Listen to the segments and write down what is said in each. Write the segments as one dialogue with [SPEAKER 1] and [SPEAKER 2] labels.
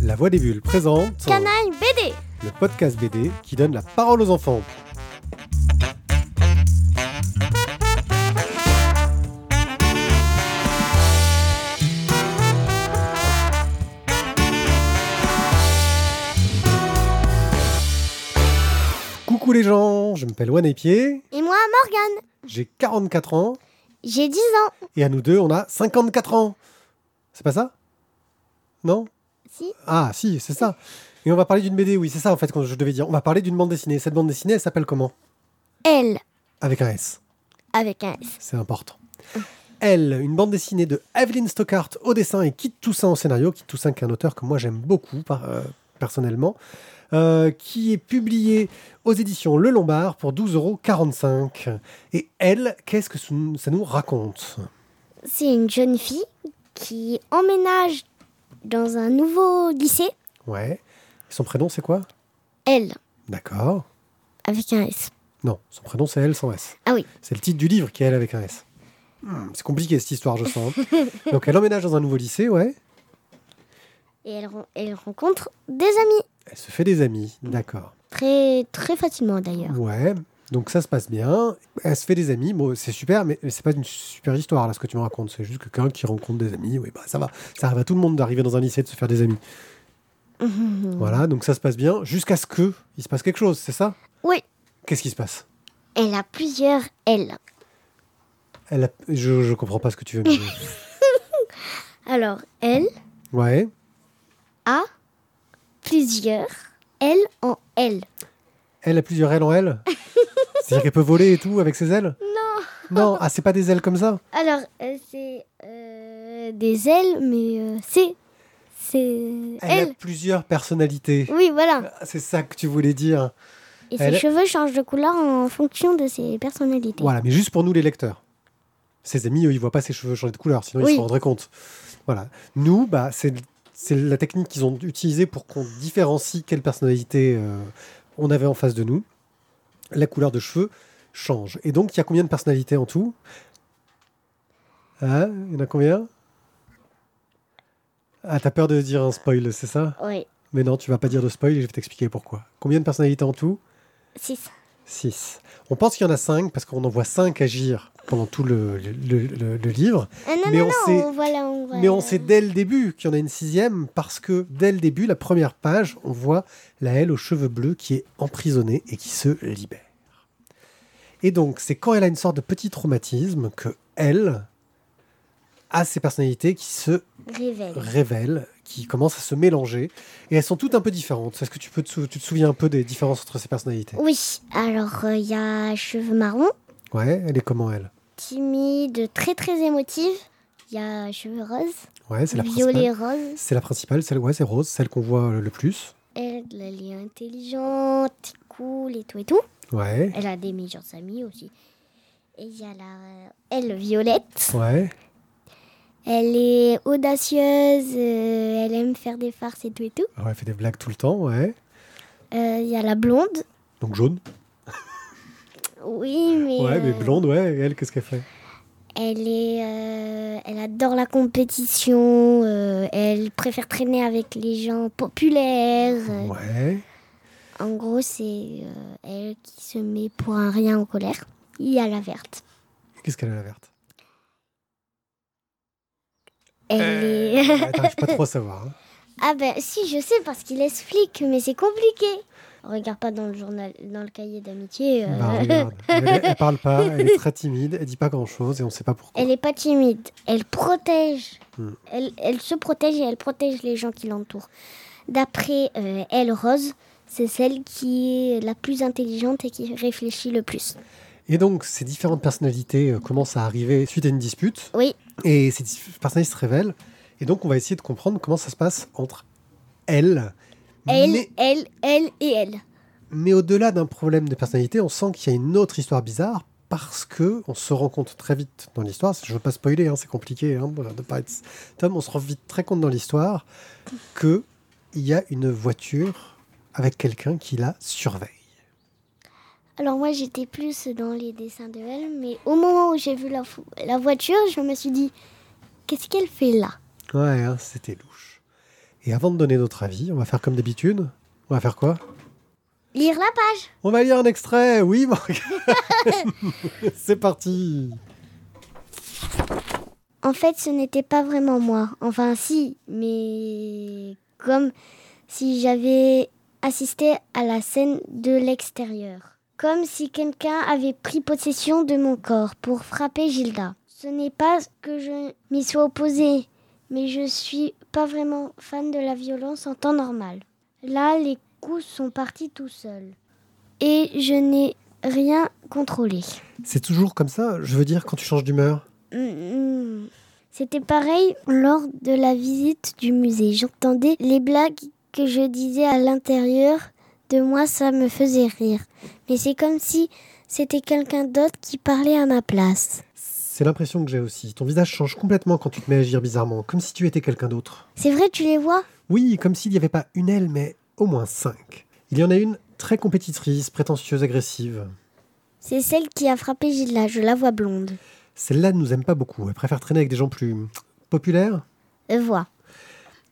[SPEAKER 1] La Voix des Bulles présente
[SPEAKER 2] Canaille BD
[SPEAKER 1] le podcast BD qui donne la parole aux enfants. Coucou les gens, je m'appelle Juan Épier,
[SPEAKER 2] et moi Morgane.
[SPEAKER 1] j'ai 44 ans
[SPEAKER 2] J'ai 10 ans.
[SPEAKER 1] et à nous deux on a 54 ans. C'est pas ça Non
[SPEAKER 2] Si.
[SPEAKER 1] Ah si, c'est ça. Et on va parler d'une BD, oui, c'est ça en fait que je devais dire. On va parler d'une bande dessinée. Cette bande dessinée, elle s'appelle comment
[SPEAKER 2] Elle
[SPEAKER 1] Avec un S,
[SPEAKER 2] avec un S.
[SPEAKER 1] c'est important. Elle, une bande dessinée de Evelyn Stockhart au dessin et Kit Toussaint au scénario. Kit Toussaint qui est un auteur que moi j'aime beaucoup par- euh, personnellement, euh, qui est publié aux éditions Le Lombard pour 12,45€. Et elle, qu'est-ce que sou- ça nous raconte
[SPEAKER 2] C'est une jeune fille qui emménage dans un nouveau lycée.
[SPEAKER 1] Ouais. Son prénom c'est quoi
[SPEAKER 2] Elle
[SPEAKER 1] D'accord.
[SPEAKER 2] avec un S.
[SPEAKER 1] Non, son prénom c'est elle sans S.
[SPEAKER 2] Ah oui.
[SPEAKER 1] C'est le titre du livre qui est elle avec un S. Hmm, c'est compliqué cette histoire, je sens. Donc elle emménage dans un nouveau lycée, ouais.
[SPEAKER 2] Et elle, ren- elle rencontre des amis.
[SPEAKER 1] Elle se fait des amis, d'accord.
[SPEAKER 2] Très, très facilement d'ailleurs.
[SPEAKER 1] Ouais. Donc ça se passe bien. Elle se fait des amis. Bon, c'est super, mais mais c'est pas une super histoire là ce que tu me racontes. C'est juste que quelqu'un qui rencontre des amis, oui, bah ça va. Ça arrive à tout le monde d'arriver dans un lycée et de se faire des amis. Voilà. Donc ça se passe bien jusqu'à ce que il se passe quelque chose, c'est ça
[SPEAKER 2] Oui.
[SPEAKER 1] Qu'est-ce qui se passe
[SPEAKER 2] Elle a plusieurs L.
[SPEAKER 1] Elle, a- je, je comprends pas ce que tu veux me dire.
[SPEAKER 2] Alors, elle
[SPEAKER 1] Ouais.
[SPEAKER 2] a plusieurs L en L.
[SPEAKER 1] Elle a plusieurs ailes en elle C'est-à-dire qu'elle peut voler et tout avec ses ailes
[SPEAKER 2] Non
[SPEAKER 1] Non, ah, c'est pas des ailes comme ça
[SPEAKER 2] Alors, euh, c'est euh, des ailes, mais euh, c'est. C'est.
[SPEAKER 1] Elle,
[SPEAKER 2] Elle
[SPEAKER 1] a plusieurs personnalités.
[SPEAKER 2] Oui, voilà.
[SPEAKER 1] Ah, C'est ça que tu voulais dire.
[SPEAKER 2] Et
[SPEAKER 1] Elle-
[SPEAKER 2] ses cheveux changent de couleur en fonction de ses personnalités.
[SPEAKER 1] Voilà, mais juste pour nous les lecteurs. Ses amis, eux, ils voient pas ses cheveux changer de couleur, sinon ils
[SPEAKER 2] Oui.
[SPEAKER 1] se rendraient compte. Voilà. Nous, bah, c'est c'est la technique qu'ils ont utilisée pour qu'on différencie quelle personnalité euh, on avait en face de nous. La couleur de cheveux change. Et donc, il y a combien de personnalités en tout Hein Il y en a combien Ah, t'as peur de dire un spoil, c'est ça
[SPEAKER 2] Oui,
[SPEAKER 1] Mais non, tu vas pas dire de spoil et je vais t'expliquer pourquoi. Combien de personnalités en tout
[SPEAKER 2] c'est ça.
[SPEAKER 1] 6. On pense qu'il y en a 5 parce qu'on en voit 5 agir pendant tout le, le- le- le livre.
[SPEAKER 2] Ah, non,
[SPEAKER 1] Mais
[SPEAKER 2] non,
[SPEAKER 1] on
[SPEAKER 2] non,
[SPEAKER 1] sait-
[SPEAKER 2] on voit là, on voit
[SPEAKER 1] Mais on
[SPEAKER 2] là.
[SPEAKER 1] sait dès le début qu'il y en a une sixième parce que dès le début, la première page, on voit la L aux cheveux bleus qui est emprisonnée et qui se libère. Et donc, c'est quand elle a une sorte de petit traumatisme que elle a ses personnalités qui se
[SPEAKER 2] Révèle.
[SPEAKER 1] révèlent, qui commencent à se mélanger. Et elles sont toutes un peu différentes. Est-ce que tu, peux te sou- tu te souviens un peu des différences entre ces personnalités
[SPEAKER 2] Oui, alors euh, il y a cheveux marrons,
[SPEAKER 1] Ouais, elle est comment elle
[SPEAKER 2] timide, très très émotive. Il y a cheveux roses,
[SPEAKER 1] Ouais, c'est la principale.
[SPEAKER 2] violet rose.
[SPEAKER 1] C'est la principale, celle, ouais, c'est Rose, celle qu'on voit le plus.
[SPEAKER 2] Elle, elle est intelligente, cool et tout et tout.
[SPEAKER 1] Ouais.
[SPEAKER 2] Elle a des meilleurs amis aussi. Et il y a la... Elle, Violette.
[SPEAKER 1] Ouais.
[SPEAKER 2] Elle est audacieuse, euh, elle aime faire des farces et tout et tout.
[SPEAKER 1] Alors, elle fait des blagues tout le temps, ouais.
[SPEAKER 2] Euh, Il y a la blonde.
[SPEAKER 1] Donc jaune.
[SPEAKER 2] Oui, mais...
[SPEAKER 1] ouais, mais
[SPEAKER 2] euh,
[SPEAKER 1] blonde, ouais. Et elle, qu'est-ce qu'elle fait
[SPEAKER 2] Elle est... euh, elle adore la compétition. euh, elle préfère traîner avec les gens populaires. euh.
[SPEAKER 1] Ouais.
[SPEAKER 2] En gros, c'est euh, elle qui se met pour un rien en colère. Il y a la verte.
[SPEAKER 1] Qu'est-ce qu'elle a la verte
[SPEAKER 2] Elle est...
[SPEAKER 1] Ouais, T'arrives pas trop à savoir. hein.
[SPEAKER 2] Ah ben si, je sais parce qu'il explique, mais c'est compliqué. Regarde pas dans le journal, dans le cahier d'amitié. euh,
[SPEAKER 1] Bah, regarde. Elle, elle parle pas, elle est très timide, elle dit pas grand-chose et on sait pas pourquoi.
[SPEAKER 2] Elle est pas timide, elle protège.
[SPEAKER 1] Hmm.
[SPEAKER 2] Elle, elle se protège et elle protège les gens qui l'entourent. D'après euh, elle, Rose, c'est celle qui est la plus intelligente et qui réfléchit le plus.
[SPEAKER 1] Et donc, ces différentes personnalités euh, commencent à arriver suite à une dispute.
[SPEAKER 2] Oui,
[SPEAKER 1] Et ces dif- personnalités se révèlent. Et donc, on va essayer de comprendre comment ça se passe entre elles.
[SPEAKER 2] elle,
[SPEAKER 1] mais-
[SPEAKER 2] elle, elle et elle.
[SPEAKER 1] Mais au-delà d'un problème de personnalité, on sent qu'il y a une autre histoire bizarre parce que on se rend compte très vite dans l'histoire. Je veux pas spoiler, hein, c'est compliqué hein, de de parler de ce tome. On se rend vite très compte dans l'histoire que il y a une voiture avec quelqu'un qui la surveille.
[SPEAKER 2] Alors moi j'étais plus dans les dessins de elle, mais au moment où j'ai vu la, fo- la voiture, je me suis dit, qu'est-ce qu'elle fait là
[SPEAKER 1] Ouais, hein, c'était louche. Et avant de donner notre avis, on va faire comme d'habitude. On va faire quoi
[SPEAKER 2] Lire la page.
[SPEAKER 1] On va lire un extrait. Oui, mon gars. C'est parti.
[SPEAKER 2] En fait, ce n'était pas vraiment moi. Enfin, si, mais comme si j'avais assisté à la scène de l'extérieur. Comme si quelqu'un avait pris possession de mon corps pour frapper Gilda. Ce n'est pas que je m'y sois opposée, mais je suis pas vraiment fan de la violence en temps normal. Là, les coups sont partis tout seuls. Et je n'ai rien contrôlé.
[SPEAKER 1] C'est toujours comme ça, je veux dire, quand tu changes d'humeur.
[SPEAKER 2] Mm, mm. C'était pareil lors de la visite du musée. J'entendais les blagues que je disais à l'intérieur de moi, ça me faisait rire. Mais c'est comme si c'était quelqu'un d'autre qui parlait à ma place.
[SPEAKER 1] C'est l'impression que j'ai aussi. Ton visage change complètement quand tu te mets à agir bizarrement, comme si tu étais quelqu'un d'autre.
[SPEAKER 2] C'est vrai, tu les vois
[SPEAKER 1] Oui, comme s'il n'y avait pas une aile, mais au moins cinq. Il y en a une très compétitrice, prétentieuse, agressive.
[SPEAKER 2] C'est celle qui a frappé Gilda, je la vois blonde.
[SPEAKER 1] Celle-là ne nous aime pas beaucoup. Elle préfère traîner avec des gens plus populaires.
[SPEAKER 2] Je Euh, vois.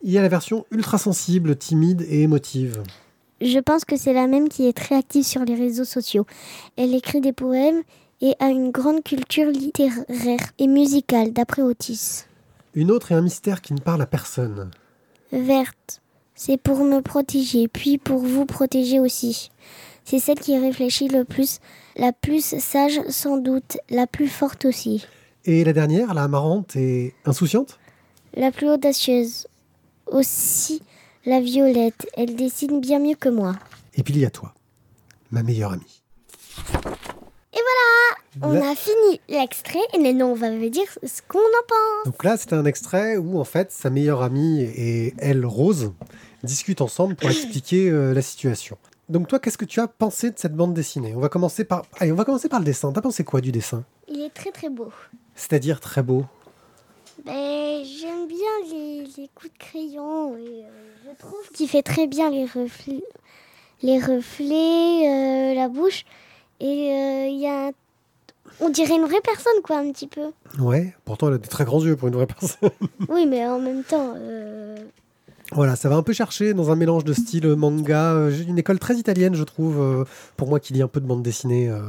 [SPEAKER 1] Il y a la version ultra sensible, timide et émotive.
[SPEAKER 2] Je pense que c'est la même qui est très active sur les réseaux sociaux. Elle écrit des poèmes et a une grande culture littéraire et musicale, d'après Otis.
[SPEAKER 1] Une autre est un mystère qui ne parle à personne.
[SPEAKER 2] Verte, c'est pour me protéger, puis pour vous protéger aussi. C'est celle qui réfléchit le plus, la plus sage sans doute, la plus forte aussi.
[SPEAKER 1] Et la dernière, la marrante et insouciante
[SPEAKER 2] La plus audacieuse. Aussi la violette, elle dessine bien mieux que moi.
[SPEAKER 1] Et puis il y a toi, ma meilleure amie.
[SPEAKER 2] On
[SPEAKER 1] Là-
[SPEAKER 2] a fini l'extrait et maintenant on va vous dire ce qu'on en pense.
[SPEAKER 1] Donc là, c'était un extrait où en fait sa meilleure amie et elle, Rose, discutent ensemble pour expliquer euh, la situation. Donc toi, qu'est-ce que tu as pensé de cette bande dessinée On va commencer par, allez, on va commencer par le dessin. T'as pensé quoi du dessin
[SPEAKER 2] Il est très très beau.
[SPEAKER 1] C'est-à-dire très beau.
[SPEAKER 2] Ben, J'aime bien les, les coups de crayon et euh, je trouve qu'il fait très bien les reflets, les reflets euh, la bouche et euh, il y a un- On dirait une vraie personne quoi un petit peu.
[SPEAKER 1] Ouais. Pourtant, elle a des très grands yeux pour une vraie personne.
[SPEAKER 2] oui mais en même temps... euh,
[SPEAKER 1] voilà, ça va un peu chercher dans un mélange de style manga, euh, j'ai une école très italienne, je trouve. euh, pour moi, qui lis un peu de bande dessinée euh,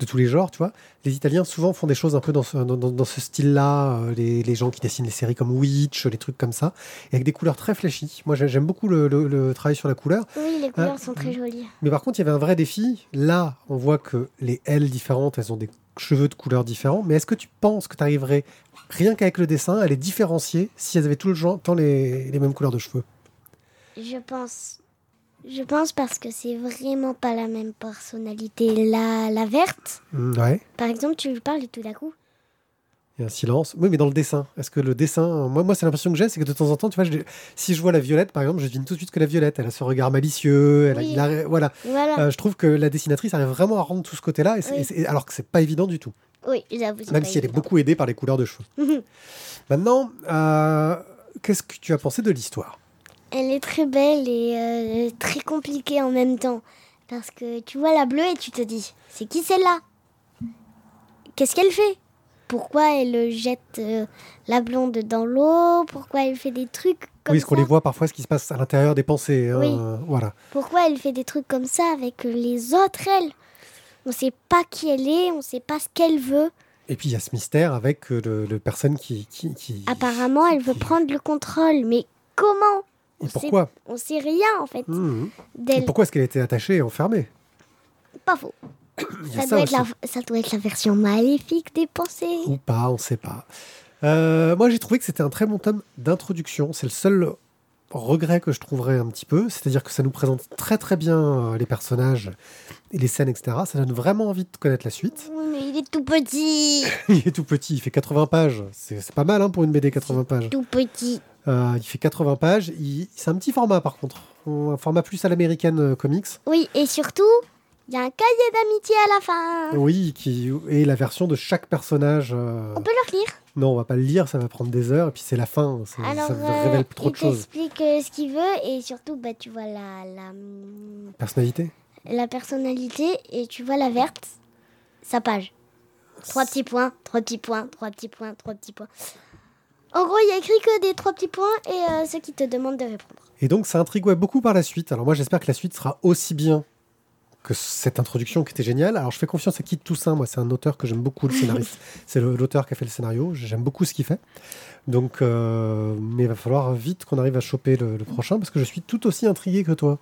[SPEAKER 1] de tous les genres, tu vois. Les Italiens souvent font des choses un peu dans ce, dans, dans- dans ce style-là. euh, les, les gens qui dessinent les séries comme Witch, les trucs comme ça, et avec des couleurs très fléchies. Moi, j'ai- j'aime beaucoup le- le- le travail sur la couleur.
[SPEAKER 2] oui les couleurs sont très jolies.
[SPEAKER 1] Mais par contre, il y avait un vrai défi. Là, on voit que les L différentes, elles ont des cheveux de couleurs différents. Mais est-ce que tu penses que tu arriverais, rien qu'avec le dessin, à les différencier si elles avaient tout le gen- temps les, les mêmes couleurs de cheveux
[SPEAKER 2] Je pense. Je pense parce que c'est vraiment pas la même personnalité. La, la verte,
[SPEAKER 1] Mm, Ouais.
[SPEAKER 2] par exemple, tu lui parles et tout d'un coup.
[SPEAKER 1] Il y a un silence. Oui, mais dans le dessin. Est-ce que le dessin. Moi, moi c'est l'impression que j'ai, c'est que de temps en temps, tu vois, je- si je vois la violette, par exemple, je devine tout de suite que la violette, elle a ce regard malicieux. Elle a-
[SPEAKER 2] Oui.
[SPEAKER 1] il a- voilà.
[SPEAKER 2] Voilà.
[SPEAKER 1] Euh, je trouve que la dessinatrice arrive vraiment à rendre tout ce côté-là, et c'est-
[SPEAKER 2] Oui.
[SPEAKER 1] et c'est- alors que c'est pas évident du tout.
[SPEAKER 2] oui, j'avoue. c'est
[SPEAKER 1] Même
[SPEAKER 2] pas
[SPEAKER 1] si elle est
[SPEAKER 2] évident. Mhm.
[SPEAKER 1] beaucoup aidée par les couleurs de cheveux. Maintenant, euh, qu'est-ce que tu as pensé de l'histoire
[SPEAKER 2] Elle est très belle et euh, très compliquée en même temps. Parce que tu vois la bleue et tu te dis c'est qui celle-là Qu'est-ce qu'elle fait Pourquoi elle jette euh, la blonde dans l'eau Pourquoi elle fait des trucs comme
[SPEAKER 1] Oui, ce qu'on
[SPEAKER 2] ça
[SPEAKER 1] les voit parfois, ce qui se passe à l'intérieur des pensées. hein,
[SPEAKER 2] Oui.
[SPEAKER 1] euh, Voilà.
[SPEAKER 2] Pourquoi elle fait des trucs comme ça avec les autres, elle On sait pas qui elle est, on sait pas ce qu'elle veut.
[SPEAKER 1] Et puis il y a ce mystère avec euh, le, le personne qui, qui, qui-
[SPEAKER 2] Apparemment, elle veut prendre le contrôle, mais comment
[SPEAKER 1] Et
[SPEAKER 2] c'est-
[SPEAKER 1] pourquoi
[SPEAKER 2] On sait rien en fait
[SPEAKER 1] Mmh. Et
[SPEAKER 2] d'elle.
[SPEAKER 1] Pourquoi est-ce qu'elle était attachée et enfermée
[SPEAKER 2] Pas faux.
[SPEAKER 1] Il y a
[SPEAKER 2] Ça,
[SPEAKER 1] ça
[SPEAKER 2] doit être
[SPEAKER 1] aussi.
[SPEAKER 2] la, ça doit être la version maléfique des pensées.
[SPEAKER 1] Ou pas, on ne sait pas. Euh, moi, j'ai trouvé que c'était un très bon tome d'introduction. C'est le seul regret que je trouverais un petit peu. C'est-à-dire que ça nous présente très très bien euh, les personnages et les scènes, etc. Ça donne vraiment envie de connaître la suite.
[SPEAKER 2] Oui, mais il est tout petit,
[SPEAKER 1] Il est tout petit, il fait 80 pages. C'est c'est pas mal hein, pour une BD 80 pages.
[SPEAKER 2] tout petit.
[SPEAKER 1] Euh, il fait 80 pages. Il- C'est un petit format par contre. Un format plus à l'américaine euh, comics.
[SPEAKER 2] Oui, et surtout, il y a un cahier d'amitié à la fin.
[SPEAKER 1] Oui, qui est la version de chaque personnage. euh,
[SPEAKER 2] On peut le lire.
[SPEAKER 1] Non, on va pas le lire, ça va prendre des heures. Et puis c'est la fin. Ça,
[SPEAKER 2] Alors,
[SPEAKER 1] ça
[SPEAKER 2] euh,
[SPEAKER 1] révèle trop
[SPEAKER 2] il
[SPEAKER 1] de choses.
[SPEAKER 2] t'explique euh, ce qu'il veut et surtout, bah, tu vois la, la,
[SPEAKER 1] Personnalité
[SPEAKER 2] la personnalité et tu vois la verte, sa page. Trois petits points, trois petits points, trois petits points, trois petits points. En gros, il y a écrit que des trois petits points et euh, ceux qui te demandent de répondre.
[SPEAKER 1] Et donc ça intrigue ouais, beaucoup par la suite. Alors moi j'espère que la suite sera aussi bien que cette introduction qui était géniale. Alors je fais confiance à Kit Toussaint, moi c'est un auteur que j'aime beaucoup, le scénariste. c'est le- l'auteur qui a fait le scénario, j'aime beaucoup ce qu'il fait. Donc euh, mais il va falloir vite qu'on arrive à choper le, le prochain parce que je suis tout aussi intrigué que toi.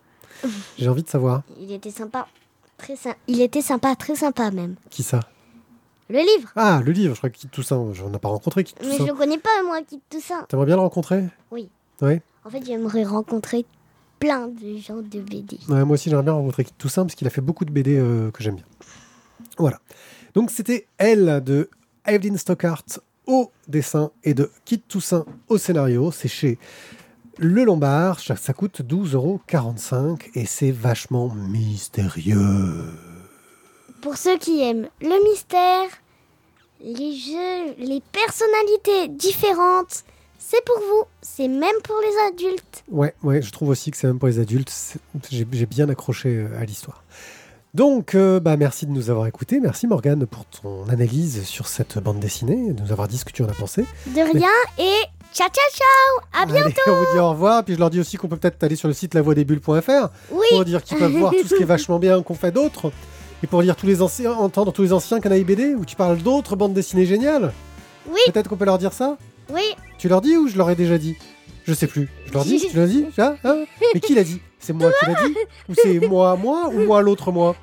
[SPEAKER 1] J'ai envie de savoir
[SPEAKER 2] Il était sympa. Très sy- Il était sympa, très sympa même.
[SPEAKER 1] qui ça.
[SPEAKER 2] Le livre
[SPEAKER 1] Ah le livre, je crois que Kit Toussaint, on n'a pas rencontré Kit
[SPEAKER 2] Mais
[SPEAKER 1] Toussaint.
[SPEAKER 2] je le connais pas, moi, qui tout ça.
[SPEAKER 1] T'aimerais bien le rencontrer
[SPEAKER 2] Oui.
[SPEAKER 1] Ouais.
[SPEAKER 2] En fait, j'aimerais rencontrer plein de gens de BD.
[SPEAKER 1] Ouais, moi aussi, j'aimerais bien rencontrer Kit Toussaint parce qu'il a fait beaucoup de BD euh, que j'aime bien. Voilà. Donc, c'était elle de Evelyn Stockhart au dessin et de Kit Toussaint au scénario. C'est chez Le Lombard. Ça ça coûte 12,45€ et c'est vachement mystérieux.
[SPEAKER 2] Pour ceux qui aiment le mystère, les jeux, les personnalités différentes, c'est pour vous. C'est même pour les adultes.
[SPEAKER 1] Ouais, ouais, je trouve aussi que c'est même pour les adultes. c'est- J'ai j'ai bien accroché euh, à l'histoire. Donc, euh, bah, merci de nous avoir écoutés. Merci Morgane pour ton analyse sur cette bande dessinée, de nous avoir dit ce que tu en as pensé.
[SPEAKER 2] De rien et ciao ciao ciao À bientôt
[SPEAKER 1] Allez, on vous dit au revoir. Puis je leur dis aussi qu'on peut peut-être aller sur le site lavoidesbulles.fr
[SPEAKER 2] Oui,
[SPEAKER 1] pour dire qu'ils peuvent voir tout ce qui est vachement bien qu'on fait d'autres. Et pour lire tous les anciens, entendre tous les anciens canailles BD où tu parles d'autres bandes dessinées géniales.
[SPEAKER 2] Oui.
[SPEAKER 1] Peut-être qu'on peut leur dire ça
[SPEAKER 2] oui,
[SPEAKER 1] Tu leur dis ou je leur ai déjà dit Je sais plus. Je leur dis Tu leur dis Ah, ah. Mais qui l'a dit C'est moi qui l'a dit Ou c'est moi, moi Ou moi, l'autre moi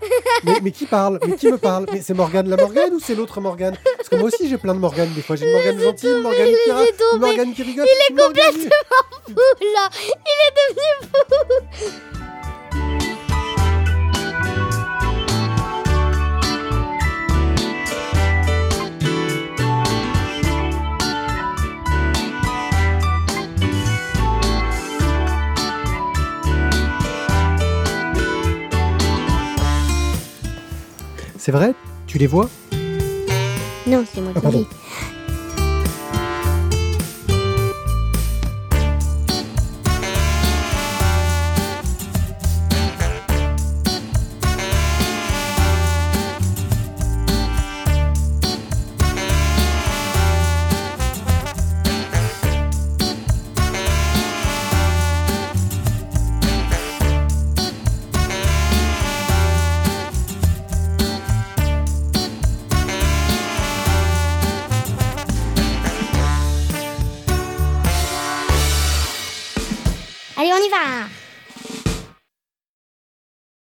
[SPEAKER 1] mais, mais qui parle Mais qui me parle Mais c'est Morgane la Morgane ou c'est l'autre Morgane Parce que moi aussi j'ai plein de Morgane des fois. J'ai une Morgane gentille, une Morgane
[SPEAKER 2] laissez
[SPEAKER 1] qui râle, une
[SPEAKER 2] tomber.
[SPEAKER 1] Morgane qui rigole. Il est complètement
[SPEAKER 2] oula, il est devenu
[SPEAKER 1] C'est vrai Tu les vois
[SPEAKER 2] Non, c'est moi
[SPEAKER 1] Ah,
[SPEAKER 2] qui
[SPEAKER 1] pardon.
[SPEAKER 2] dis.